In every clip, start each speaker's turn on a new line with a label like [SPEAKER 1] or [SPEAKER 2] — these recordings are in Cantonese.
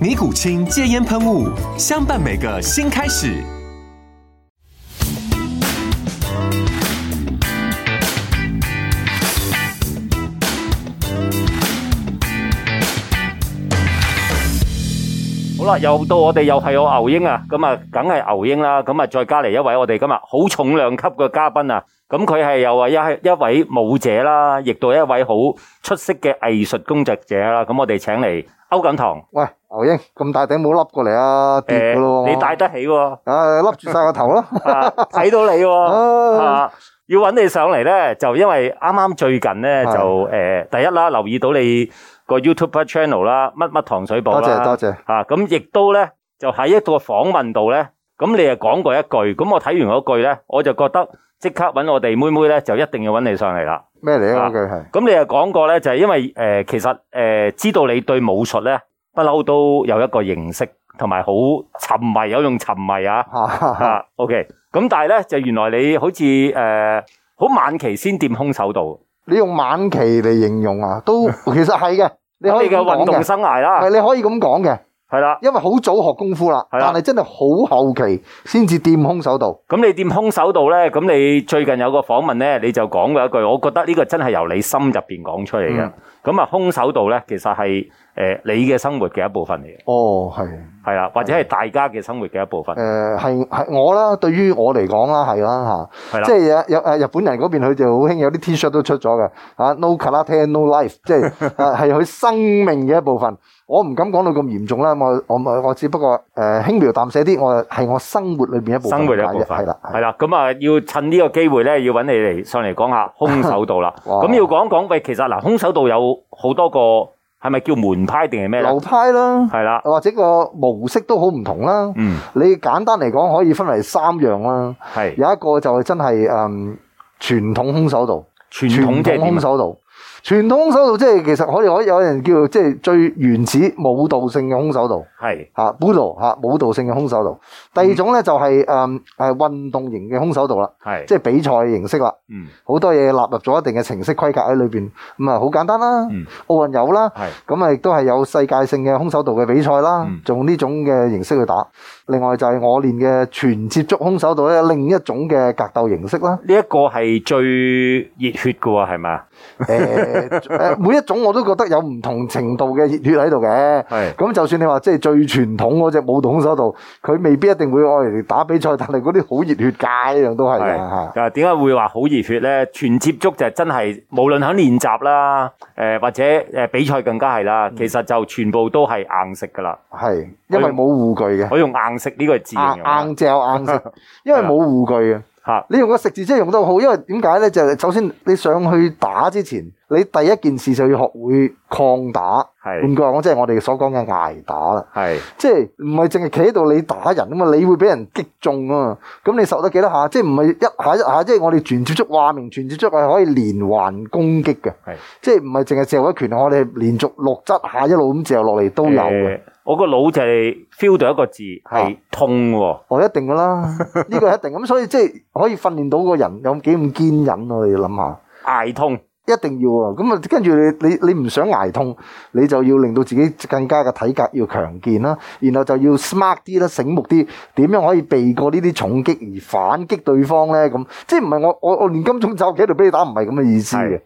[SPEAKER 1] 尼古清戒烟喷雾，相伴每个新开始。
[SPEAKER 2] 好啦，又到我哋又係我牛英啊，咁啊，梗係牛英啦，咁啊，再加嚟一位我哋今日好重量級嘅嘉賓啊，咁佢係又話一係一位舞者啦，亦都係一位好出色嘅藝術工作者啦，咁我哋請嚟歐錦棠，
[SPEAKER 3] 喂，牛英咁大頂冇笠過嚟啊， 跌
[SPEAKER 2] 誒、
[SPEAKER 3] 噶咯喎！
[SPEAKER 2] 你戴得起喎、
[SPEAKER 3] 啊，笠住晒個頭 咯。
[SPEAKER 2] 啊睇到你喎、
[SPEAKER 3] 啊，
[SPEAKER 2] 啊要揾你上嚟咧，就因為啱啱最近咧
[SPEAKER 3] 係
[SPEAKER 2] 就誒、第一啦，留意到你個 YouTube channel 啦，乜乜糖水寶啦，
[SPEAKER 3] 多謝多謝。
[SPEAKER 2] 啊，咁亦都咧就喺一個訪問度咧，咁你又講過一句，咁我睇完嗰句咧，我就覺得即刻揾我哋妹妹咧，就一定要揾你上嚟啦。
[SPEAKER 3] 咩嚟
[SPEAKER 2] 啊
[SPEAKER 3] 啊？嗰句係
[SPEAKER 2] 咁你又講過咧，就係、因為誒、呃其實誒、呃知道你對武術咧不嬲都有一個認識，同埋好沉迷，有用沉迷啊。
[SPEAKER 3] 嚇
[SPEAKER 2] 啊，OK，咁但係咧就原來你好似誒好晚期先掂空手道，
[SPEAKER 3] 你用晚期嚟形容啊， 都其實係嘅。你
[SPEAKER 2] 你
[SPEAKER 3] 可以
[SPEAKER 2] 嘅
[SPEAKER 3] 咁
[SPEAKER 2] 運
[SPEAKER 3] 講
[SPEAKER 2] 動
[SPEAKER 3] 嘅，
[SPEAKER 2] 生涯啦
[SPEAKER 3] 係，你可以咁講嘅，
[SPEAKER 2] 係啦。
[SPEAKER 3] 因為好早學功夫啦，
[SPEAKER 2] 係啊啦
[SPEAKER 3] 但係真係好後期先至掂空手道。
[SPEAKER 2] 咁你掂空手道咧，咁你最近有個訪問咧，你就講過一句，我覺得呢個真係由你心入邊講出嚟嘅
[SPEAKER 3] 嗯。
[SPEAKER 2] 咁啊、空手道咧其實係誒、呃你嘅生活嘅一部分嚟嘅，
[SPEAKER 3] 哦，係。
[SPEAKER 2] 係啦，或者係大家嘅生活嘅一部分，
[SPEAKER 3] 誒係係我啦，對於我嚟講啦，係啦
[SPEAKER 2] 係
[SPEAKER 3] 嚇，
[SPEAKER 2] 啦
[SPEAKER 3] 即係日日誒日本人嗰邊佢就好興有啲 T-shirt 都出咗嘅嚇，No karate no life，即 係啊係佢生命嘅一部分。我唔敢講到咁嚴重啦，我我我我只不過誒輕描淡寫啲，我係我生活裏邊一部分
[SPEAKER 2] 生活嘅一
[SPEAKER 3] 解
[SPEAKER 2] 部
[SPEAKER 3] 啫
[SPEAKER 2] 分，
[SPEAKER 3] 係啦，
[SPEAKER 2] 係啦。咁啊，要趁呢個機會咧，要揾你嚟上嚟講下空手道啦。
[SPEAKER 3] 哇
[SPEAKER 2] 咁要講講，喂，其實嗱，空手道有好多個，係咪叫門派定係咩咧？
[SPEAKER 3] 流派啦，
[SPEAKER 2] 係啦，
[SPEAKER 3] 或者個模式都好唔同啦。
[SPEAKER 2] 嗯，
[SPEAKER 3] 你簡單嚟講，可以分為三樣啦。
[SPEAKER 2] 係
[SPEAKER 3] 有一個就係真係誒傳統空手道。
[SPEAKER 2] 傳
[SPEAKER 3] 傳
[SPEAKER 2] 統即係點
[SPEAKER 3] 統空
[SPEAKER 2] 啊？
[SPEAKER 3] 手道。傳統空手道即係其實可以可以有人叫做即係最原始舞蹈性嘅空手道
[SPEAKER 2] 係
[SPEAKER 3] 嚇 b u d o 嚇舞蹈性嘅空手道。第二種咧就嗯係誒誒運動型嘅空手道啦，
[SPEAKER 2] 係，
[SPEAKER 3] 即係比賽形式啦，
[SPEAKER 2] 嗯
[SPEAKER 3] 好多嘢納入咗一定嘅程式規格喺裏邊，咁啊好簡單啦，
[SPEAKER 2] 嗯
[SPEAKER 3] 奧運有啦。
[SPEAKER 2] 係
[SPEAKER 3] 咁啊，亦都係有世界性嘅空手道嘅比賽啦
[SPEAKER 2] 嗯，
[SPEAKER 3] 用呢種嘅形式去打。另外就係我練嘅全接觸空手道咧，另一種嘅格鬥形式啦。
[SPEAKER 2] 呢一個係最熱血嘅喎，係咪啊？
[SPEAKER 3] 誒誒，每一種我都覺得有唔同程度嘅熱血喺度嘅。
[SPEAKER 2] 係
[SPEAKER 3] 咁就算你話即係最傳統嗰只舞動空手道，佢未必一定會愛嚟打比賽，但係嗰啲好熱血界一樣都係嘅嚇。
[SPEAKER 2] 啊，點解會話好熱血咧？全接觸就真係無論喺練習啦，誒、或者誒比賽更加係啦，其實就全部都係硬食噶啦。
[SPEAKER 3] 係因為冇護具嘅，
[SPEAKER 2] 我用硬食呢個字形容啊
[SPEAKER 3] 硬硬嚼硬食，因為冇護具嘅。
[SPEAKER 2] 嚇，
[SPEAKER 3] 你用個食字真係用得好，因為點解咧？就係首先你上去打之前，你第一件事就要學會抗打。換
[SPEAKER 2] 係
[SPEAKER 3] 句話講，即係我哋所講嘅捱打啦。
[SPEAKER 2] 係
[SPEAKER 3] 即係唔係淨係企喺度你打人啊嘛，你會俾人擊中啊嘛，咁你受得幾多下？即係唔係一下一下？即係我哋全接觸話明全接觸係可以連環攻擊嘅，
[SPEAKER 2] 係。
[SPEAKER 3] 即係唔係淨係嚼一拳，我哋連續六質下一路咁嚼落嚟都有啊嘅。
[SPEAKER 2] 誒呃我個腦就係 feel 到一個字係痛喎。
[SPEAKER 3] 我一定噶啦，呢個一定咁，所以即係可以訓練到個人有幾咁堅忍咯。你諗下，
[SPEAKER 2] 捱痛
[SPEAKER 3] 一定要啊！咁啊，跟住你你你唔想捱痛，你就要令到自己更加嘅體格要強健啦，然後就要 smart 啲啦，醒目啲，點樣可以避過呢啲重擊而反擊對方咧？咁即係唔係我我我連金鐘罩企喺度
[SPEAKER 2] 呃
[SPEAKER 3] 俾你打，唔係咁嘅意思嘅
[SPEAKER 2] 係。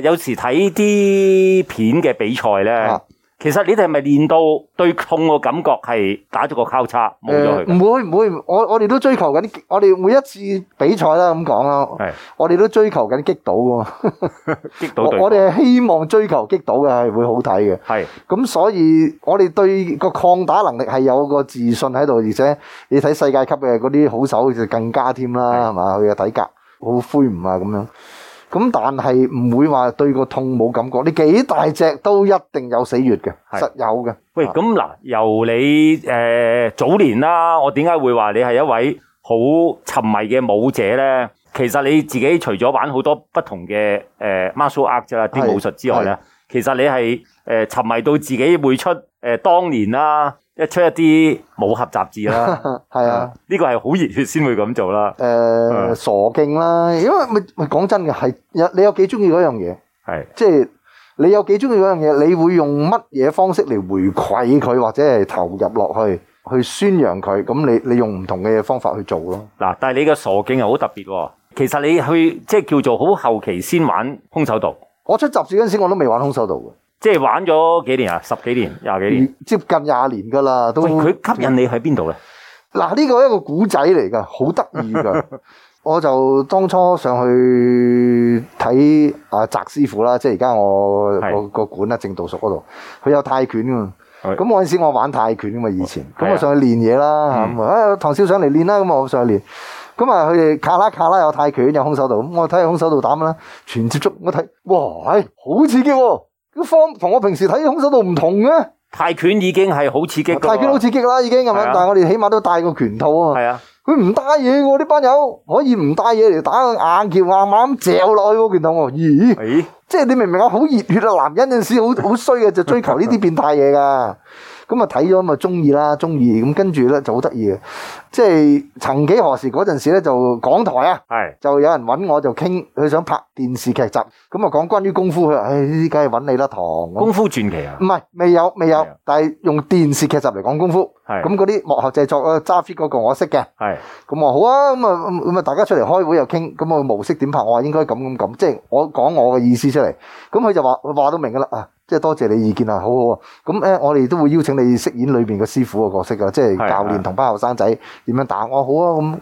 [SPEAKER 2] 誒、有時睇啲片嘅比賽咧，
[SPEAKER 3] 啊
[SPEAKER 2] 其實你哋係咪練到對痛嘅感覺係打咗個交叉，冇咗佢
[SPEAKER 3] 誒
[SPEAKER 2] 㗎？
[SPEAKER 3] 唔會唔會，我我哋都追求緊，我哋每一次比賽啦咁講啦，
[SPEAKER 2] 係
[SPEAKER 3] 我哋都追求緊擊倒㗎嘛。
[SPEAKER 2] 擊
[SPEAKER 3] 我
[SPEAKER 2] 到對
[SPEAKER 3] 我
[SPEAKER 2] 方
[SPEAKER 3] 哋係希望追求擊倒嘅係會好睇嘅。
[SPEAKER 2] 係
[SPEAKER 3] 咁所以我哋對個抗打能力係有個自信喺度，而且你睇世界級嘅嗰啲好手就更加添啦，係嘛？佢嘅體格好灰唔啊咁樣。咁但係唔會話對個痛冇感覺，你幾大隻都一定有死穴嘅，
[SPEAKER 2] 係
[SPEAKER 3] 實有嘅。
[SPEAKER 2] 喂，咁嗱，由你誒、呃早年啦，我點解會話你係一位好沉迷嘅舞者咧？其實你自己除咗玩好多不同嘅誒、呃 martial art 啫啦，啲
[SPEAKER 3] 係
[SPEAKER 2] 武術之外咧，其實你係誒、呃沉迷到自己會出誒、呃、當年啦，一出一啲武俠雜 誌啦，
[SPEAKER 3] 係啊，
[SPEAKER 2] 呢個係好熱血先會咁做啦，
[SPEAKER 3] 誒、傻勁啦，因為咪咪講真嘅係，有你有幾中意嗰樣嘢，
[SPEAKER 2] 係
[SPEAKER 3] 即係你有幾中意嗰樣嘢，你會用乜嘢方式嚟回饋佢，或者係投入落去去宣揚佢，咁你你用唔同嘅方法去做咯。
[SPEAKER 2] 嗱，但係你嘅傻勁係好特別喎。其實你去即係叫做好後期先玩空手道，
[SPEAKER 3] 我出雜誌嗰陣時，我都未玩空手道嘅，
[SPEAKER 2] 即係玩咗幾年啊，十幾年、廿幾年。
[SPEAKER 3] 接近廿年㗎啦，嗯都
[SPEAKER 2] 喂，佢吸引你喺邊度咧？
[SPEAKER 3] 嗱，呢個一個古仔嚟㗎，好得 意㗎。我就當初上去睇阿澤師傅啦，即係而家我
[SPEAKER 2] 係
[SPEAKER 3] 個個館啦，啊正道塾嗰度，佢有泰拳㗎嘛。
[SPEAKER 2] 係
[SPEAKER 3] 咁嗰陣時我玩泰拳㗎嘛，以前
[SPEAKER 2] 係啊嗯
[SPEAKER 3] 咁我上去練嘢啦，咁啊唐少上嚟練啦，咁我上去練。咁啊，佢哋卡啦卡啦有泰拳有空手道，咁我睇下空手道打乜啦，全接觸我睇，哇，係好刺激喎！個方同我平時睇空手道唔同嘅，
[SPEAKER 2] 泰拳已經係好刺激㗎喎
[SPEAKER 3] 泰拳好刺激啦已經係
[SPEAKER 2] 係啊
[SPEAKER 3] 咪？但係我哋起碼都戴個拳套啊嘛。
[SPEAKER 2] 係啊，
[SPEAKER 3] 佢唔帶嘢喎，呢班友可以唔帶嘢嚟打個硬橋硬馬咁嚼落去喎，拳頭喎，咦？
[SPEAKER 2] 咦，
[SPEAKER 3] 即係你明唔明啊？好熱血啊！男人有陣時好好 衰嘅，就追求呢啲變態嘢㗎。咁啊睇咗咪中意啦，中意咁跟住咧就好得意嘅。即係曾幾何時嗰陣時咧，就港台啊，
[SPEAKER 2] 係
[SPEAKER 3] 就有人揾我就傾，佢想拍電視劇集，咁啊講關於功夫，佢話：唉，呢啲梗係揾你啦，堂咁。
[SPEAKER 2] 功夫傳奇啊
[SPEAKER 3] 唔，係，未有未有
[SPEAKER 2] 未有，
[SPEAKER 3] 但係用電視劇集嚟講功夫，
[SPEAKER 2] 係
[SPEAKER 3] 咁嗰啲幕後製作啊，揸 fit 嗰個我識嘅。
[SPEAKER 2] 係
[SPEAKER 3] 咁我好啊，咁啊咁啊，大家出嚟開會又傾，咁我模式點拍，我話應該咁咁咁，即係我講我嘅意思出嚟。咁佢就話話到明噶啦，啊，即係多謝你意見啊，好好啊。咁誒，我哋都會邀請你飾演裏邊嘅師傅嘅角色噶，即係
[SPEAKER 2] 係
[SPEAKER 3] 教
[SPEAKER 2] 係
[SPEAKER 3] 練同班後生仔點樣打。我好啊，咁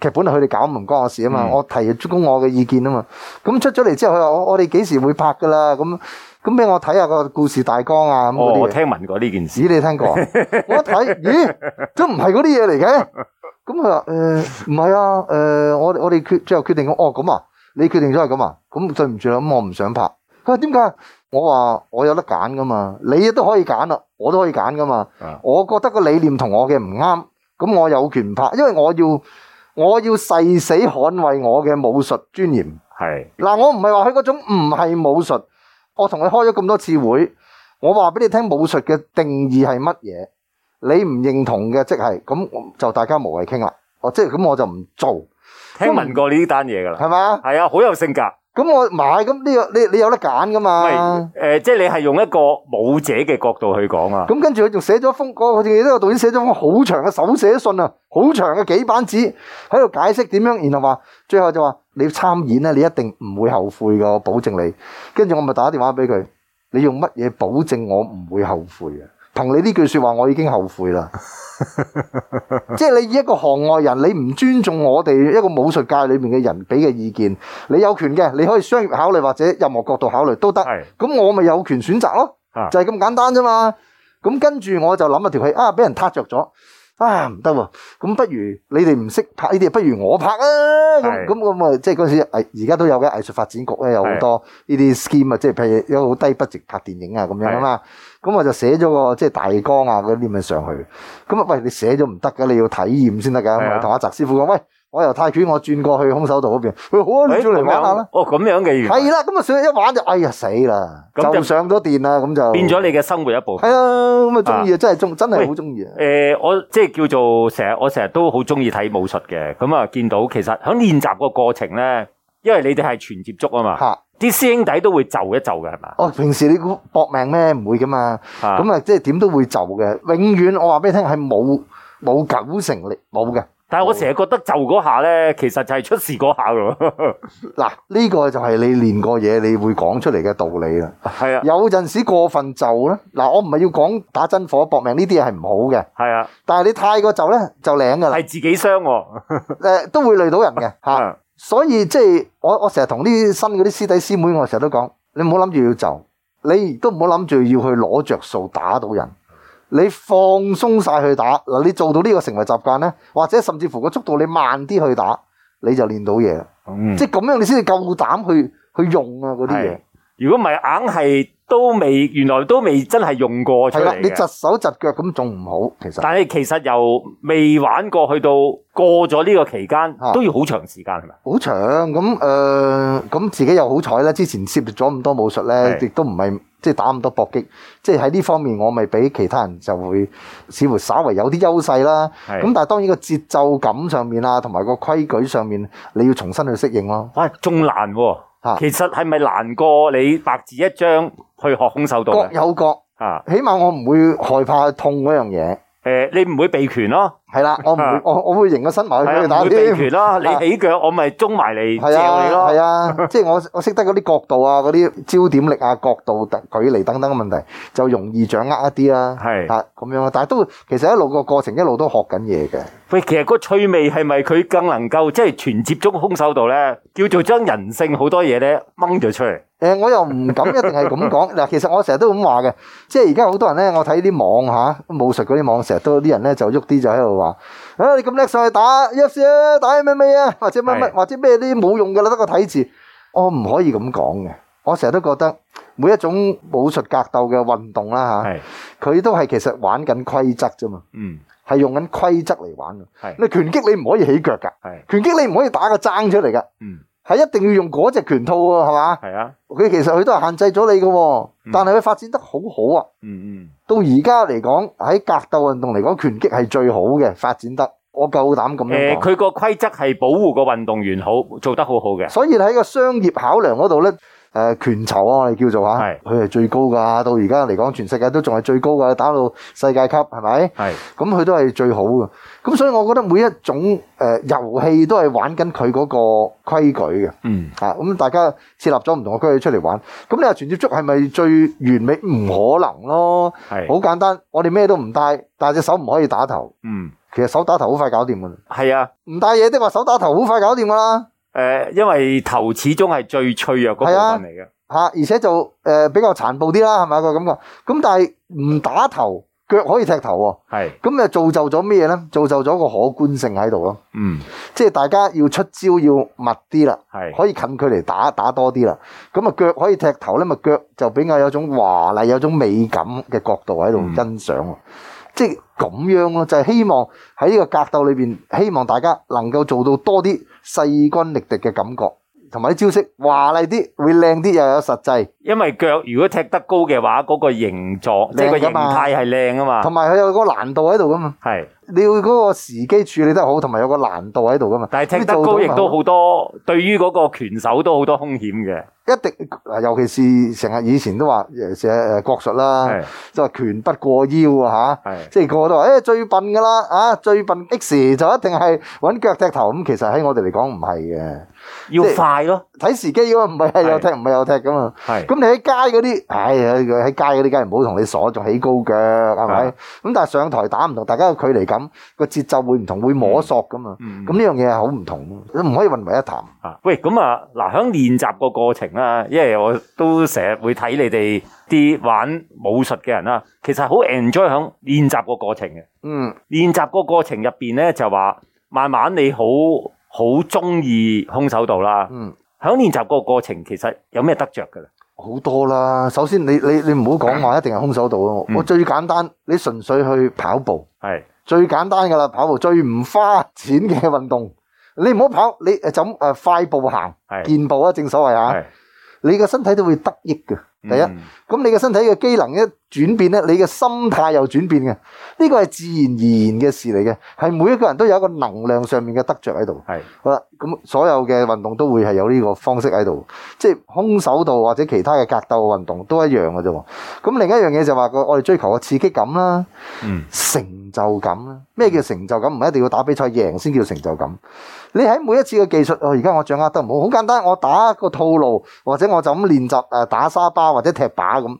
[SPEAKER 3] 劇本係佢哋搞唔關我事啊嘛，
[SPEAKER 2] 嗯
[SPEAKER 3] 我提供我嘅意見啊嘛。咁出咗嚟之後，佢話我我哋幾時會拍噶啦？咁咁俾我睇下個故事大綱啊咁
[SPEAKER 2] 哦
[SPEAKER 3] 嗰啲
[SPEAKER 2] 我
[SPEAKER 3] 嘢。
[SPEAKER 2] 聽聞過呢件事，
[SPEAKER 3] 咦，你聽過啊？我一睇，咦，都唔係嗰啲嘢嚟嘅。咁佢話：誒、唔係啊，誒、我我哋決最後決定咁，哦，咁啊，你決定咗係咁啊，咁對唔住啦，咁我唔想拍。佢話點解？我話我有得揀噶嘛，你都可以揀啦，我都可以揀噶嘛。
[SPEAKER 2] 啊
[SPEAKER 3] 我覺得個理念同我嘅唔啱，咁我有權唔拍，因為我要我要誓死捍衞我嘅武術尊嚴。
[SPEAKER 2] 係
[SPEAKER 3] 嗱，我唔係話佢嗰種唔係武術，我同佢開咗咁多次會，我話俾你聽武術嘅定義係乜嘢，你唔認同嘅即係咁就大家無謂傾啦。哦，即係咁我就唔做，
[SPEAKER 2] 聽聞過呢單嘢㗎啦，
[SPEAKER 3] 係嘛？
[SPEAKER 2] 係啊，好有性格。
[SPEAKER 3] 咁我買咁呢個你你有得揀噶
[SPEAKER 2] 喂，
[SPEAKER 3] 嘛？
[SPEAKER 2] 誒，即係你係用一個舞者嘅角度去講啊，
[SPEAKER 3] 咁跟住佢仲寫咗封，嗰我記得個導演寫咗封好長嘅手寫信啊，好長嘅幾版紙喺度解釋點樣，然後話最後就話你參演啊咧，你一定唔會後悔嘅，我保證你。跟住我咪打電話俾佢，你用乜嘢保證我唔會後悔啊？憑你呢句説話，我已經後悔啦。即係你以一個行外人，你唔尊重我哋一個武術界裏面嘅人俾嘅意見，你有權嘅，你可以商業考慮或者任何角度考慮都得。
[SPEAKER 2] 係
[SPEAKER 3] 咁我咪有權選擇咯
[SPEAKER 2] 啊，
[SPEAKER 3] 就係咁簡單啫嘛。咁跟住我就諗一條氣啊，俾人撻着咗啊，唔得喎。咁不如你哋唔識拍呢啲，不如我拍啊。
[SPEAKER 2] 係
[SPEAKER 3] 咁咁咁啊，即係嗰陣時藝而家都有嘅藝術發展局咧，有好多呢啲 scheme 啊，即係譬如有好低 budget 拍電影啊咁樣啊嘛。咁我就寫咗個即係大綱啊嗰啲咁樣上去。咁啊，喂，你寫咗唔得㗎，你要體驗先得㗎。
[SPEAKER 2] 係啊
[SPEAKER 3] 咁我同阿澤師傅講，喂，我由泰拳我轉過去空手道嗰邊，佢好啊，
[SPEAKER 2] 喂
[SPEAKER 3] 你轉嚟玩下啦
[SPEAKER 2] 咁樣。哦，咁樣嘅原來
[SPEAKER 3] 係啦，咁啊上一玩就哎呀死啦，
[SPEAKER 2] 咁就
[SPEAKER 3] 就上咗電啦，咁就
[SPEAKER 2] 變咗你嘅生活一部分
[SPEAKER 3] 係。啊，咁啊中意啊，真係中真係好中意啊，
[SPEAKER 2] 誒、呃我即係叫做成日，我成日都好中意睇武術嘅。咁啊，見到其實喺練習個過程咧，因為你哋係全接觸啊嘛，
[SPEAKER 3] 嚇！
[SPEAKER 2] 啲師兄弟都會就一就嘅係嘛？
[SPEAKER 3] 哦，平時你估搏命咩？唔會噶嘛，
[SPEAKER 2] 啊
[SPEAKER 3] 咁啊即係點都會就嘅，永遠我話俾你聽係冇冇九成力冇嘅，
[SPEAKER 2] 但係我成日覺得就嗰下咧，其實就係出事嗰下 咯。
[SPEAKER 3] 嗱，呢、個就係你練過嘢，你會講出嚟嘅道理啦。
[SPEAKER 2] 係啊，
[SPEAKER 3] 有陣時過分就咧，嗱，我唔係要講打真火搏命呢啲嘢係唔好嘅，
[SPEAKER 2] 係啊，
[SPEAKER 3] 但係你太過就咧就領㗎啦，
[SPEAKER 2] 係自己傷喎。
[SPEAKER 3] 誒、都會累到人嘅嚇。所以即係我我成日同啲新嗰啲師弟師妹，我成日都講，你唔好諗住要就，你亦都唔好諗住要去攞着數打到人。你放鬆晒去打嗱，你做到呢個成為習慣咧，或者甚至乎個速度你慢啲去打，你就練到嘢啦。
[SPEAKER 2] 嗯
[SPEAKER 3] 即係咁樣你先至夠膽去去用啊嗰啲嘢。
[SPEAKER 2] 如果唔係硬係都未，原來都未真係用過出
[SPEAKER 3] 係啦，
[SPEAKER 2] 嚟
[SPEAKER 3] 你
[SPEAKER 2] 嘅。
[SPEAKER 3] 窒手窒腳咁仲唔好，其實
[SPEAKER 2] 但係其實由未玩過去到過咗呢個期間
[SPEAKER 3] 啊，
[SPEAKER 2] 都要好長時間係咪？
[SPEAKER 3] 好長咁誒，呃咁、自己又好彩啦。之前涉獵咗咁多武術咧，
[SPEAKER 2] 係
[SPEAKER 3] 亦都唔係即係打咁多搏擊，即係喺呢方面我咪比其他人就會似乎稍為有啲優勢啦。
[SPEAKER 2] 係
[SPEAKER 3] 咁但係當然個節奏感上面啊，同埋個規矩上面，你要重新去適應咯。
[SPEAKER 2] 哇，仲難喎、
[SPEAKER 3] 啊
[SPEAKER 2] 其實係咪難過你白紙一張去學空手道
[SPEAKER 3] 各
[SPEAKER 2] 嘅？
[SPEAKER 3] 有各，
[SPEAKER 2] 啊，
[SPEAKER 3] 起碼我唔會害怕痛嗰樣嘢。
[SPEAKER 2] 誒、你唔會避拳咯，
[SPEAKER 3] 係啦，我唔 會
[SPEAKER 2] 啊，
[SPEAKER 3] 我我會迎個身埋去俾
[SPEAKER 2] 係
[SPEAKER 3] 佢
[SPEAKER 2] 啊，
[SPEAKER 3] 打
[SPEAKER 2] 唔會
[SPEAKER 3] 添
[SPEAKER 2] 避拳啦，
[SPEAKER 3] 啊
[SPEAKER 2] 你起腳我咪中埋嚟
[SPEAKER 3] 係
[SPEAKER 2] 嚼
[SPEAKER 3] 啊，
[SPEAKER 2] 你
[SPEAKER 3] 係
[SPEAKER 2] 咯，
[SPEAKER 3] 啊，即係我我識得嗰啲角度啊、嗰啲焦點力啊、角度、等距離等等嘅問題，就容易掌握一啲啦。
[SPEAKER 2] 係
[SPEAKER 3] 啊，咁樣啊，但係都其實一路個過程一路都學緊嘢嘅。
[SPEAKER 2] 喂，其實個趣味係咪佢更能夠即係全接觸空手道咧，叫做將人性好多嘢咧掹咗出嚟，
[SPEAKER 3] 誒、我又唔敢一定係咁講。嗱，其實我成日都咁話嘅，即係而家好多人咧，我睇啲網嚇、武術嗰啲網，成日都有啲人咧就喐啲就喺度話：，啊，你咁叻上去打 UFC 啊，打 MMA 啊，或者乜乜，
[SPEAKER 2] 係
[SPEAKER 3] 或者咩啲冇用㗎啦，得個睇字。我唔可以咁講嘅。我成日都覺得每一種武術格鬥嘅運動啦嚇。
[SPEAKER 2] 係，
[SPEAKER 3] 佢都係其實玩緊規則啫嘛，
[SPEAKER 2] 嗯，
[SPEAKER 3] 係用緊規則嚟玩嘅。
[SPEAKER 2] 係，
[SPEAKER 3] 你拳擊你唔可以起腳㗎，
[SPEAKER 2] 係，
[SPEAKER 3] 拳擊你唔可以打個爭出嚟㗎，
[SPEAKER 2] 嗯，
[SPEAKER 3] 係一定要用嗰只拳套喎，係嘛？
[SPEAKER 2] 係啊，
[SPEAKER 3] 佢其實佢都係限制咗你嘅喎，
[SPEAKER 2] 嗯
[SPEAKER 3] 但係佢發展得好好啊。
[SPEAKER 2] 嗯嗯，
[SPEAKER 3] 到而家嚟講，喺格鬥運動嚟講，拳擊係最好嘅發展得，我夠膽咁樣
[SPEAKER 2] 誒，
[SPEAKER 3] 講。
[SPEAKER 2] 佢個規則係保護個運動員好，做得好好嘅，
[SPEAKER 3] 所以喺個商業考量嗰度咧，誒、拳酬啊，我哋叫做嚇，
[SPEAKER 2] 係
[SPEAKER 3] 佢係最高㗎。到而家嚟講，全世界都仲係最高㗎，打到世界級係咪？
[SPEAKER 2] 係，
[SPEAKER 3] 咁佢都係最好嘅。咁所以我覺得每一種誒、呃、遊戲都係玩緊佢嗰個規矩嘅
[SPEAKER 2] 嗯。
[SPEAKER 3] 嚇。啊咁、大家設立咗唔同嘅規矩出嚟玩。咁你話全接觸係咪最完美？唔可能咯。
[SPEAKER 2] 係
[SPEAKER 3] 好簡單，我哋咩都唔帶，但係隻手唔可以打頭。
[SPEAKER 2] 嗯，
[SPEAKER 3] 其實手打頭好快搞掂㗎啦。
[SPEAKER 2] 係啊，
[SPEAKER 3] 唔帶嘢的話，手打頭好快搞掂㗎啦。
[SPEAKER 2] 诶、呃因為頭始終係最脆弱嗰部
[SPEAKER 3] 係啊
[SPEAKER 2] 分嚟嘅，
[SPEAKER 3] 嚇、而且就誒、呃比較殘暴啲啦，係咪個感覺？咁但係唔打頭，腳可以踢頭喎。
[SPEAKER 2] 係，
[SPEAKER 3] 咁就造就咗咩咧？造就咗個可觀性喺度咯。
[SPEAKER 2] 嗯，
[SPEAKER 3] 即係大家要出招要密啲啦，
[SPEAKER 2] 係，
[SPEAKER 3] 可以近距離打打多啲啦。咁啊腳可以踢頭咧，咪腳就比較有種華麗、有種美感嘅角度喺度
[SPEAKER 2] 嗯
[SPEAKER 3] 欣賞喎。即係咁樣咯，就係、希望喺呢個格鬥裏邊，希望大家能夠做到多啲勢均力敵嘅感覺，同埋啲招式華麗啲，會靚啲又有實際，
[SPEAKER 2] 因為腳如果踢得高嘅話，嗰、個形狀，即係個
[SPEAKER 3] 靚
[SPEAKER 2] 形
[SPEAKER 3] 㗎嘛
[SPEAKER 2] 態係靚啊
[SPEAKER 3] 同
[SPEAKER 2] 嘛，
[SPEAKER 3] 埋佢有個難度喺度噶嘛。
[SPEAKER 2] 係，
[SPEAKER 3] 你要嗰個時機處理得好，同埋有個難度喺度噶嘛。
[SPEAKER 2] 但係踢
[SPEAKER 3] 咁
[SPEAKER 2] 得
[SPEAKER 3] 你做
[SPEAKER 2] 高
[SPEAKER 3] 到
[SPEAKER 2] 亦
[SPEAKER 3] 咪
[SPEAKER 2] 都好多，對於嗰個拳手都好多風險嘅，
[SPEAKER 3] 一定，啊尤其是成日以前都呃話誒寫誒國術啦
[SPEAKER 2] 係，
[SPEAKER 3] 就話拳不過腰啊嚇，
[SPEAKER 2] 係，
[SPEAKER 3] 即係個個都話誒、最笨噶啦啊最笨 X 就一定係揾腳踢頭咁，其實喺我哋嚟講唔係嘅，
[SPEAKER 2] 要
[SPEAKER 3] 即係
[SPEAKER 2] 快咯，
[SPEAKER 3] 睇時機噶嘛，唔係係
[SPEAKER 2] 係
[SPEAKER 3] 又踢唔係又踢噶嘛。
[SPEAKER 2] 係，
[SPEAKER 3] 咁你喺街嗰啲，唉喺喺街嗰啲梗係唔好同你鎖，仲起高腳係咪？
[SPEAKER 2] 係
[SPEAKER 3] 咁但係上台打唔同，大家嘅距離感個節奏會唔同，會摸索噶嘛。
[SPEAKER 2] 嗯
[SPEAKER 3] 咁呢樣嘢係好唔同，唔可以混為一談。
[SPEAKER 2] 啊，喂，咁啊，嗱，喺練習個過程啦，因為我都成日會睇你哋啲玩武術嘅人啦，其實好 enjoy 喺練習個過程嘅。
[SPEAKER 3] 嗯，
[SPEAKER 2] 練習個過程入邊咧，就話慢慢你好好中意空手道啦。
[SPEAKER 3] 嗯。
[SPEAKER 2] 喺練習個過程，其實有咩得着㗎咧？
[SPEAKER 3] 好多啦，首先你你你唔好講話一定係空手道咯，
[SPEAKER 2] 嗯
[SPEAKER 3] 我最簡單，你純粹去跑步，
[SPEAKER 2] 係
[SPEAKER 3] 最簡單噶啦，跑步最唔花錢嘅運動，你呃唔好跑，你誒就咁誒快步行，
[SPEAKER 2] 係
[SPEAKER 3] 健步啊，正所謂啊，
[SPEAKER 2] 係嗯
[SPEAKER 3] 你個身體都會得益嘅，第一，咁你嘅身體嘅機能一轉變咧，你嘅心態又轉變嘅，呢個係自然而然嘅事嚟嘅，係每一個人都有一個能量上面嘅得着喺度。
[SPEAKER 2] 係
[SPEAKER 3] 好啦，咁所有嘅運動都會係有呢個方式喺度，即係空手道或者其他嘅格鬥運動都一樣嘅啫喎。咁另一樣嘢就話個我哋追求個刺激感啦，
[SPEAKER 2] 嗯
[SPEAKER 3] 成就感啦。咩叫成就感？唔一定要打比賽贏先叫成就感。你喺每一次嘅技術，哦，而家我掌握得唔好，好簡單，我打個套路，或者我就咁練習誒打沙巴或者踢靶咁，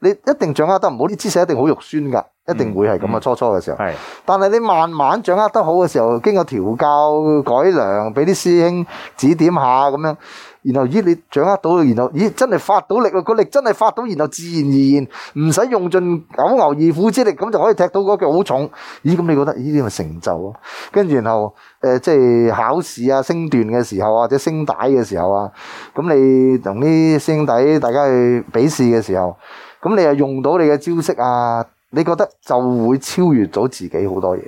[SPEAKER 3] 你一定掌握得唔好，啲姿勢一定好肉酸㗎，一定會係咁啊！初初嘅時候。
[SPEAKER 2] 係
[SPEAKER 3] 但係你慢慢掌握得好嘅時候，經過調教、改良，俾啲師兄指點下咁樣，然後咦你掌握到，然後咦真係發到力啦，個力真係發到，然後自然而然唔使用盡九牛二虎之力，咁就可以踢到嗰腳好重。咦咁你覺得咦呢啲咪成就咯？跟住然後誒、呃即係考試啊、升段嘅時候啊，或者升帶嘅時候啊，咁你同啲師兄弟大家去比試嘅時候，咁你又用到你嘅招式啊，你覺得就會超越到自己好多嘢。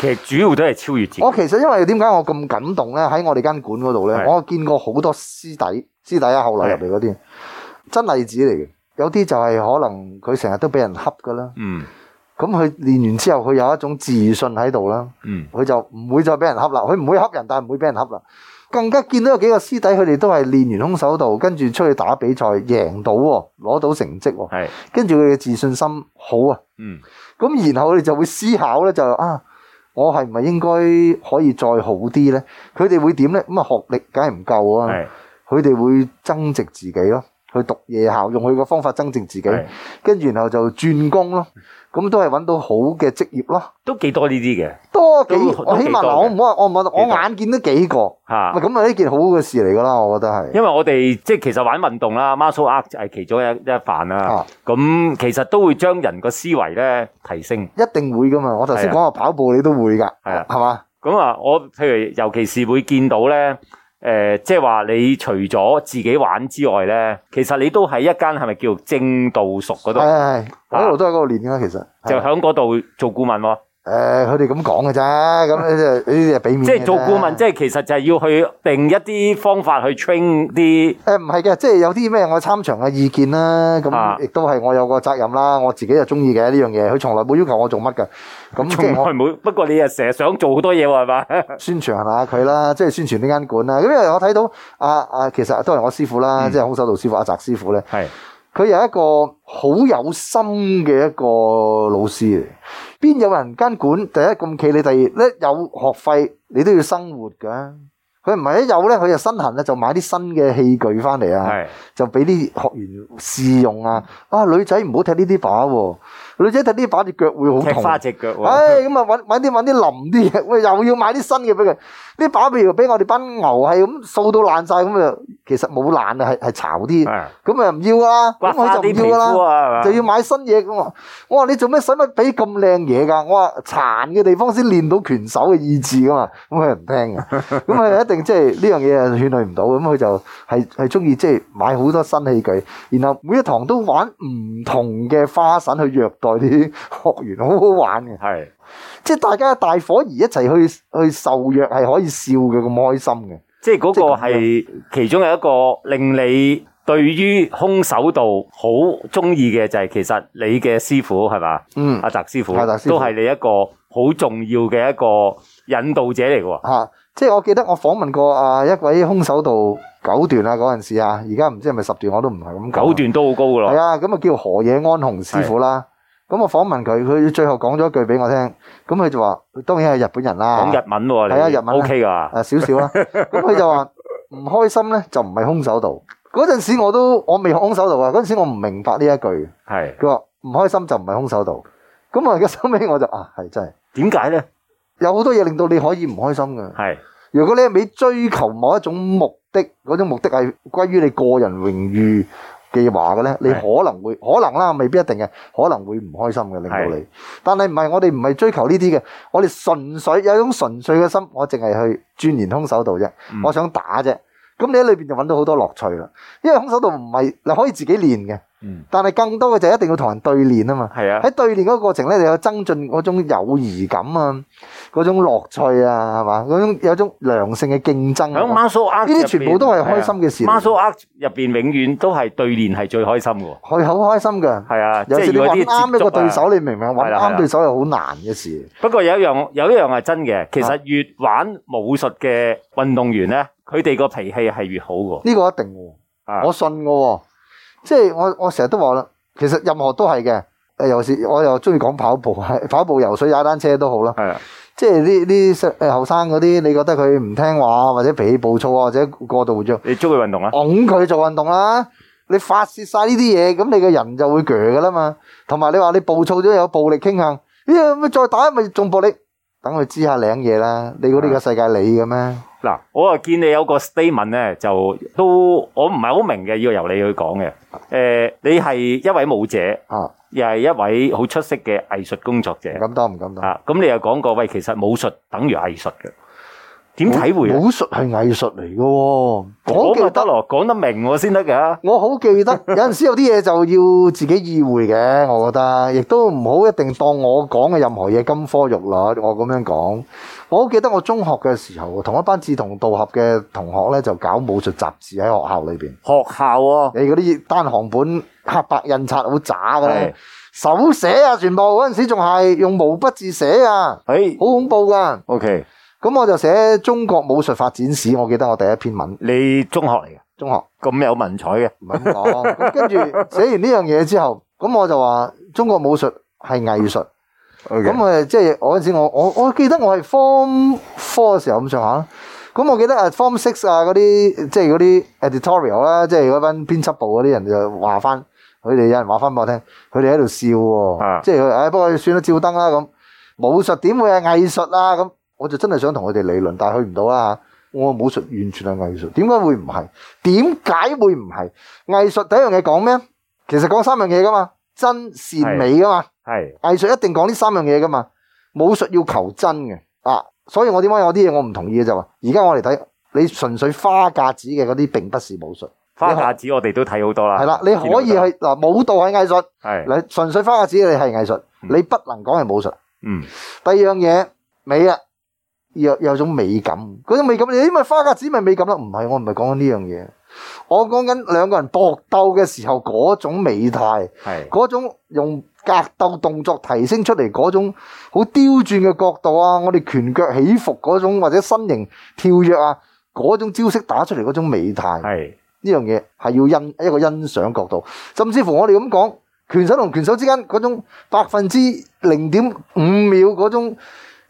[SPEAKER 2] 其實主要都係超越自己
[SPEAKER 3] 我。其實因為點解我咁感動咧？喺我哋間館嗰度咧，
[SPEAKER 2] 係
[SPEAKER 3] 我見過好多師弟師弟啊，後來入嚟嗰啲真例子嚟嘅。有啲就係可能佢成日都俾人恰噶啦，
[SPEAKER 2] 嗯
[SPEAKER 3] 咁佢練完之後，佢有一種自信喺度啦，
[SPEAKER 2] 嗯
[SPEAKER 3] 佢就唔會再俾人恰啦。佢唔會恰人，但係唔會俾人恰啦。更加見到有幾個師弟，佢哋都係練完空手道，跟住出去打比賽，贏到喎，攞到成績喎，
[SPEAKER 2] 係
[SPEAKER 3] 跟住佢嘅自信心好啊。
[SPEAKER 2] 嗯
[SPEAKER 3] 咁然後你就會思考咧，就啊，我係唔係應該可以再好啲咧？佢哋會點咧？咁啊，學歷梗係唔夠啊，
[SPEAKER 2] 係
[SPEAKER 3] 佢哋會增值自己咯，去讀夜校，用佢個方法增值自己
[SPEAKER 2] 係，
[SPEAKER 3] 跟住然後就轉工咯，咁都係揾到好嘅職業咯。
[SPEAKER 2] 都幾多呢啲嘅
[SPEAKER 3] 多幾，
[SPEAKER 2] 都
[SPEAKER 3] 我
[SPEAKER 2] 都
[SPEAKER 3] 起
[SPEAKER 2] 幾
[SPEAKER 3] 碼
[SPEAKER 2] 多
[SPEAKER 3] 嗱，我
[SPEAKER 2] 嘅
[SPEAKER 3] 唔好話，我唔好話，我
[SPEAKER 2] 幾多
[SPEAKER 3] 眼見都幾個，
[SPEAKER 2] 嚇。
[SPEAKER 3] 喂咁啊呢件好嘅事嚟噶啦，我覺得係。
[SPEAKER 2] 因為我哋即係其實玩運動啦，muscle up 係其中一一範啦
[SPEAKER 3] 啊。
[SPEAKER 2] 咁、其實都會將人個思維咧提升。
[SPEAKER 3] 一定會噶嘛！我頭先
[SPEAKER 2] 係啊
[SPEAKER 3] 講話跑步，你都會㗎，
[SPEAKER 2] 係啊
[SPEAKER 3] 係嘛？
[SPEAKER 2] 咁啊，我譬如尤其是會見到咧，誒、即係話你除咗自己玩之外咧，其實你都喺一間係咪叫正道熟嗰
[SPEAKER 3] 係
[SPEAKER 2] 度，
[SPEAKER 3] 係，係我
[SPEAKER 2] 啊
[SPEAKER 3] 一路都喺嗰度練㗎，其實
[SPEAKER 2] 就
[SPEAKER 3] 係啊
[SPEAKER 2] 喺嗰度做顧問喎。
[SPEAKER 3] 誒，佢哋咁講嘅啫，咁咧就嗯呢啲係啊俾面嘅啫。
[SPEAKER 2] 即係做顧問，即係其實就係要去定一啲方法去 train 啲
[SPEAKER 3] 誒唔係嘅，即係有啲咩我參詳嘅意見啦，
[SPEAKER 2] 啊
[SPEAKER 3] 咁亦都係我有個責任啦，我自己就中意嘅呢樣嘢，佢從來冇要求我做乜嘅， 咁
[SPEAKER 2] 從
[SPEAKER 3] 跟
[SPEAKER 2] 來
[SPEAKER 3] 住我
[SPEAKER 2] 冇。不過你又成日想做好多嘢喎，係嘛？
[SPEAKER 3] 宣傳下佢啦，即係宣傳呢間館啦。咁因為我睇到啊啊，其實都係我師傅
[SPEAKER 2] 嗯
[SPEAKER 3] 啦，即係空手道師傅阿澤師傅咧，
[SPEAKER 2] 係
[SPEAKER 3] 佢有一個好有心嘅一個老師嚟。邊有人間館第一咁企你，第二咧有學費你都要生活㗎。佢唔係一有咧，佢就身痕咧，就買啲新嘅器具翻嚟 啊。
[SPEAKER 2] 係
[SPEAKER 3] 就俾啲學員試用啊！啊，女仔唔好踢呢啲靶喎、女仔踢呢啲靶隻腳會好
[SPEAKER 2] 踢
[SPEAKER 3] 痛。
[SPEAKER 2] 花只腳喎。
[SPEAKER 3] 唉，咁啊揾揾啲揾啲腍啲嘅，喂又要買啲新嘅俾佢。呢把譬如俾我哋班牛係咁掃到爛晒，咁啊其實冇爛啊，係係潮啲，
[SPEAKER 2] 係
[SPEAKER 3] 咁啊唔要啦，
[SPEAKER 2] 刮
[SPEAKER 3] 咁
[SPEAKER 2] 花啲
[SPEAKER 3] 佢
[SPEAKER 2] 皮
[SPEAKER 3] 就唔要啦。
[SPEAKER 2] 膚啊，
[SPEAKER 3] 就
[SPEAKER 2] 係嘛？
[SPEAKER 3] 要買新嘢咁啊！我話你做咩使乜俾咁靚嘢㗎？我話殘嘅地方先練到拳手嘅意志㗎嘛，咁佢又唔聽嘅，咁佢一定即係呢樣嘢啊勸佢唔到，咁佢就係係中意即係買好多新器具，然後每一堂都玩唔同嘅花神去虐待 啲學員，好好玩嘅，
[SPEAKER 2] 係
[SPEAKER 3] 即係大家大伙兒一齊去去受虐係可以笑嘅咁開心嘅。
[SPEAKER 2] 即係嗰個係
[SPEAKER 3] 即
[SPEAKER 2] 其中有一個令你對於空手道好中意嘅，就係其實你嘅師傅係嘛？
[SPEAKER 3] 嗯
[SPEAKER 2] 阿澤師傅
[SPEAKER 3] 阿澤師傅
[SPEAKER 2] 都係你一個好重要嘅一個引導者嚟嘅喎。
[SPEAKER 3] 嚇、即係我記得我訪問過啊一位空手道九段啊嗰陣時啊，而家唔知係咪十段我都唔係咁講。
[SPEAKER 2] 九段都好高㗎
[SPEAKER 3] 係
[SPEAKER 2] 咯，
[SPEAKER 3] 啊，咁啊叫何野安雄師傅啦。咁我訪問佢，佢最後講咗一句俾我聽，咁佢就話，當然係日本人啦，
[SPEAKER 2] 講日文喎，你
[SPEAKER 3] 係啊日文啊
[SPEAKER 2] OK 㗎，
[SPEAKER 3] 啊少 少啦。咁佢就話唔開心咧，就唔係空手道。嗰陣時我都我未學空手道啊，嗰陣時我唔明白呢一句。
[SPEAKER 2] 係
[SPEAKER 3] 佢話唔開心就唔係空手道。咁我而家收尾我就啊，係真係
[SPEAKER 2] 點解咧？
[SPEAKER 3] 有好多嘢令到你可以唔開心嘅。
[SPEAKER 2] 係
[SPEAKER 3] 如果你一味追求某一種目的，嗰種目的係歸於你個人榮譽嘅話嘅咧，你
[SPEAKER 2] 係
[SPEAKER 3] 可能會可能啦，未必一定嘅，可能會唔開心嘅令到你。但係唔係我哋唔係追求呢啲嘅，我哋純粹有一種純粹嘅心，我淨係去鑽研空手道啫，
[SPEAKER 2] 嗯
[SPEAKER 3] 我想打啫。咁你喺裏邊就揾到好多樂趣啦，因為空手道唔係你可以自己練嘅，
[SPEAKER 2] 嗯
[SPEAKER 3] 但係更多嘅就係一定要同人對練啊嘛。
[SPEAKER 2] 係啊
[SPEAKER 3] 喺對練嗰個過程咧，你有增進嗰種友誼感啊，嗰種樂趣啊，係嘛？嗰種有種良性嘅競爭
[SPEAKER 2] 喺
[SPEAKER 3] 啊，
[SPEAKER 2] Martial Art
[SPEAKER 3] 呢啲全部都係開心嘅事嚟
[SPEAKER 2] m a r t i a Art 入邊永遠都係對練係最開心嘅喎。
[SPEAKER 3] 佢好開心㗎。
[SPEAKER 2] 係啊，即
[SPEAKER 3] 有時
[SPEAKER 2] 係
[SPEAKER 3] 你
[SPEAKER 2] 如果
[SPEAKER 3] 揾
[SPEAKER 2] 啲
[SPEAKER 3] 啱
[SPEAKER 2] 接
[SPEAKER 3] 一個
[SPEAKER 2] 觸啊
[SPEAKER 3] 對手，你明唔明？
[SPEAKER 2] 係啦
[SPEAKER 3] 揾
[SPEAKER 2] 係啦
[SPEAKER 3] 啱對手係好難嘅事。
[SPEAKER 2] 不過有一樣有一樣係真嘅，其實越玩武術嘅運動員咧，佢哋個脾氣係越好嘅喎。
[SPEAKER 3] 呢個一定喎，
[SPEAKER 2] 啊
[SPEAKER 3] 我信嘅喎。即係我我成日都話啦，其實任何都係嘅。誒，尤其是我又中意講跑步，係跑步、游水、踩單車都好啦。
[SPEAKER 2] 係啊，
[SPEAKER 3] 即係呢啲細誒後生嗰啲，你覺得佢唔聽話，或者脾氣暴躁啊，或者過度活躍，
[SPEAKER 2] 你中意運動啊？
[SPEAKER 3] 拱佢做運動啦。你發泄晒呢啲嘢，咁你個人就會鋸噶啦嘛。同埋你話你暴躁咗有暴力傾向，咦咁再打咪仲暴力？等佢知下領嘢啦。你估呢個
[SPEAKER 2] 啊
[SPEAKER 3] 世界理嘅咩？
[SPEAKER 2] 嗱，我啊見你有個 statement 咧，就都我唔係好明嘅，要由你去講嘅。誒、你係一位舞者，
[SPEAKER 3] 啊，
[SPEAKER 2] 又係一位好出色嘅藝術工作者
[SPEAKER 3] 唔。敢當，唔敢當。
[SPEAKER 2] 啊，咁你又講過，喂，其實武術等於藝術嘅，點體會啊？
[SPEAKER 3] 武術係藝術嚟嘅喎，我
[SPEAKER 2] 講咪
[SPEAKER 3] 記
[SPEAKER 2] 得
[SPEAKER 3] 得，
[SPEAKER 2] 咯，講得明我先得㗎。
[SPEAKER 3] 我好記得有陣時有啲嘢就要自己意會嘅，我覺得，亦都唔好一定當我講嘅任何嘢金科玉律，我咁樣講。我好記得我中學嘅時候，同一班志同道合嘅同學咧，就搞武術雜誌喺學校裏邊，
[SPEAKER 2] 學校喎、
[SPEAKER 3] 你嗰啲單行本黑白印刷好渣嘅
[SPEAKER 2] 係
[SPEAKER 3] 咧，手寫啊，全部嗰陣時仲係用毛筆字寫啊，
[SPEAKER 2] 誒
[SPEAKER 3] 好恐怖噶。
[SPEAKER 2] ，OK，
[SPEAKER 3] 咁我就寫中國武術發展史，我記得我第一篇文，
[SPEAKER 2] 你中學嚟嘅，
[SPEAKER 3] 中學。
[SPEAKER 2] 咁有文采嘅，
[SPEAKER 3] 唔係咁講。咁跟住 寫完呢樣嘢之後，咁我就話中國武術係藝術。
[SPEAKER 2] OK
[SPEAKER 3] 咁我即係我嗰陣時我我我記得我係 form four 嘅時候咁上下啦。咁我記得啊 form six 啊嗰啲即係嗰啲 editorial 啦，即係嗰班編輯部嗰啲人就話翻，佢哋有人話翻俾我聽，佢哋喺度笑喎，
[SPEAKER 2] 啊
[SPEAKER 3] 即係佢哎唉不過算啦，照燈啦咁。武術點會係藝術啊？咁我就真係想同佢哋理論，但係去唔到啦嚇。我話武術完全係藝術，點解會唔係？點解會唔係？藝術第一樣嘢講咩？其實講三樣嘢噶嘛，真善美噶嘛。
[SPEAKER 2] 係
[SPEAKER 3] 藝術一定講呢三樣嘢噶嘛。武術要求真嘅啊，所以我點解有啲嘢我唔同意嘅就話，而家我嚟睇你純粹花架子嘅嗰啲並不是武術，
[SPEAKER 2] 花架子，我哋都睇好多啦。
[SPEAKER 3] 係啦，你可以
[SPEAKER 2] 見到好
[SPEAKER 3] 去嗱舞蹈係藝術，
[SPEAKER 2] 多係，
[SPEAKER 3] 你純粹花架子你係藝術，你不能講係武術。
[SPEAKER 2] 嗯，
[SPEAKER 3] 第二樣嘢美啊，有有種美感，嗰種美感你因為花架子咪美感咯，唔係我唔係講緊呢樣嘢，我講緊兩個人搏鬥嘅時候嗰種美態，
[SPEAKER 2] 係
[SPEAKER 3] 嗰種用格鬥動作提升出嚟嗰種好刁鑽嘅角度啊，我哋拳腳起伏嗰種或者身形跳躍啊，嗰種招式打出嚟嗰種美態。
[SPEAKER 2] 係
[SPEAKER 3] 呢樣嘢係要欣一個欣賞角度，甚至乎我哋咁講，拳手同拳手之間嗰種百分之零點五秒嗰種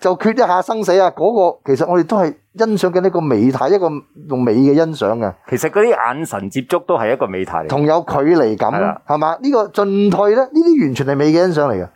[SPEAKER 3] 就決一下生死啊！嗰、個其實我哋都係欣賞緊一個美態，一個用美嘅欣賞嘅，
[SPEAKER 2] 其實嗰啲眼神接觸都係一個美態嚟嘅。
[SPEAKER 3] 同有距離
[SPEAKER 2] 係啦
[SPEAKER 3] 感，係嘛？呢、個進退咧，呢啲完全係美嘅欣賞嚟嘅。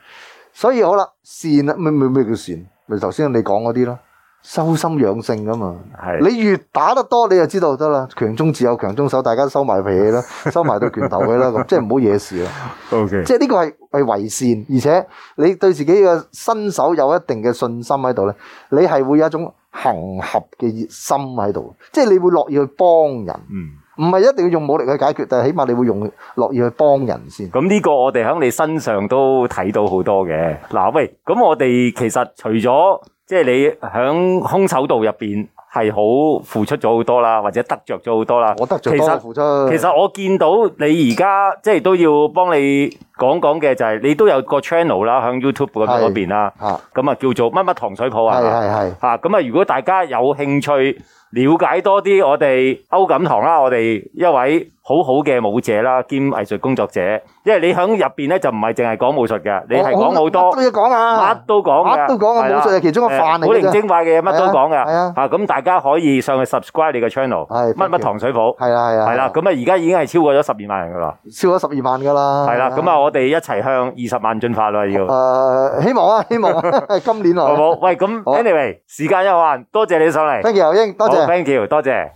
[SPEAKER 3] 所以好啦，善啊，咩咩咩叫善？咪頭先你講嗰啲咯，修心養性噶嘛。
[SPEAKER 2] 係
[SPEAKER 3] 你越打得多，你就知道得啦。強中自有強中手，大家收埋脾 氣啦，收埋到拳頭嘅啦，咁即係唔好惹事啦。
[SPEAKER 2] ，OK，
[SPEAKER 3] 即係呢個係係為善，而且你對自己嘅身手有一定嘅信心喺度咧，你係會有一種行合嘅熱心喺度，即係你會樂意去幫人，
[SPEAKER 2] 嗯，
[SPEAKER 3] 唔係一定要用武力去解決，但係起碼你會用樂意去幫人先。
[SPEAKER 2] 咁呢個我哋喺你身上都睇到好多嘅。嗱，喂，咁我哋其實除咗即係你喺空手道入邊係好付出咗好多啦，或者得着咗好多啦，
[SPEAKER 3] 我得
[SPEAKER 2] 其
[SPEAKER 3] 罪
[SPEAKER 2] 實
[SPEAKER 3] 多過付出，
[SPEAKER 2] 其實我見到你而家即係都要幫你講講嘅就係你都有個 channel 啦，響 YouTube 嗰邊
[SPEAKER 3] 係
[SPEAKER 2] 嗰邊啦，
[SPEAKER 3] 嚇
[SPEAKER 2] 咁啊叫做乜乜糖水鋪
[SPEAKER 3] 係
[SPEAKER 2] 啊，
[SPEAKER 3] 係係
[SPEAKER 2] 嚇咁啊如果大家有興趣了解多啲我哋歐錦棠啦，我哋一位好好嘅舞者啦，兼藝術工作者，因為你響入邊咧就唔係淨係講武術嘅，你係講
[SPEAKER 3] 我
[SPEAKER 2] 好
[SPEAKER 3] 我乜
[SPEAKER 2] 多
[SPEAKER 3] 都。要講啊
[SPEAKER 2] 乜，都講嘅，
[SPEAKER 3] 乜都講啊
[SPEAKER 2] 係啦
[SPEAKER 3] 武術係其中一個範
[SPEAKER 2] 誒
[SPEAKER 3] 嚟嘅啫
[SPEAKER 2] 古靈精怪嘅嘢乜都講嘅，
[SPEAKER 3] 係啊
[SPEAKER 2] 嚇咁大家可以上去 subscribe 你嘅 channel，
[SPEAKER 3] 係
[SPEAKER 2] 乜乜糖水鋪，
[SPEAKER 3] 係啊係啊，
[SPEAKER 2] 系啦，咁啊，而家已經係超過咗十二萬人噶啦，
[SPEAKER 3] 超咗十二萬㗎啦，
[SPEAKER 2] 係啦，咁啊，我哋一齊向二十萬進發啦，要，好
[SPEAKER 3] 誒，希望啊，希望啊， 今年來。
[SPEAKER 2] 冇？喂，咁
[SPEAKER 3] 好
[SPEAKER 2] anyway，時間有限，多謝你上嚟，
[SPEAKER 3] Thank you，牛英，多
[SPEAKER 2] 好
[SPEAKER 3] 謝。
[SPEAKER 2] ，thank you，多謝。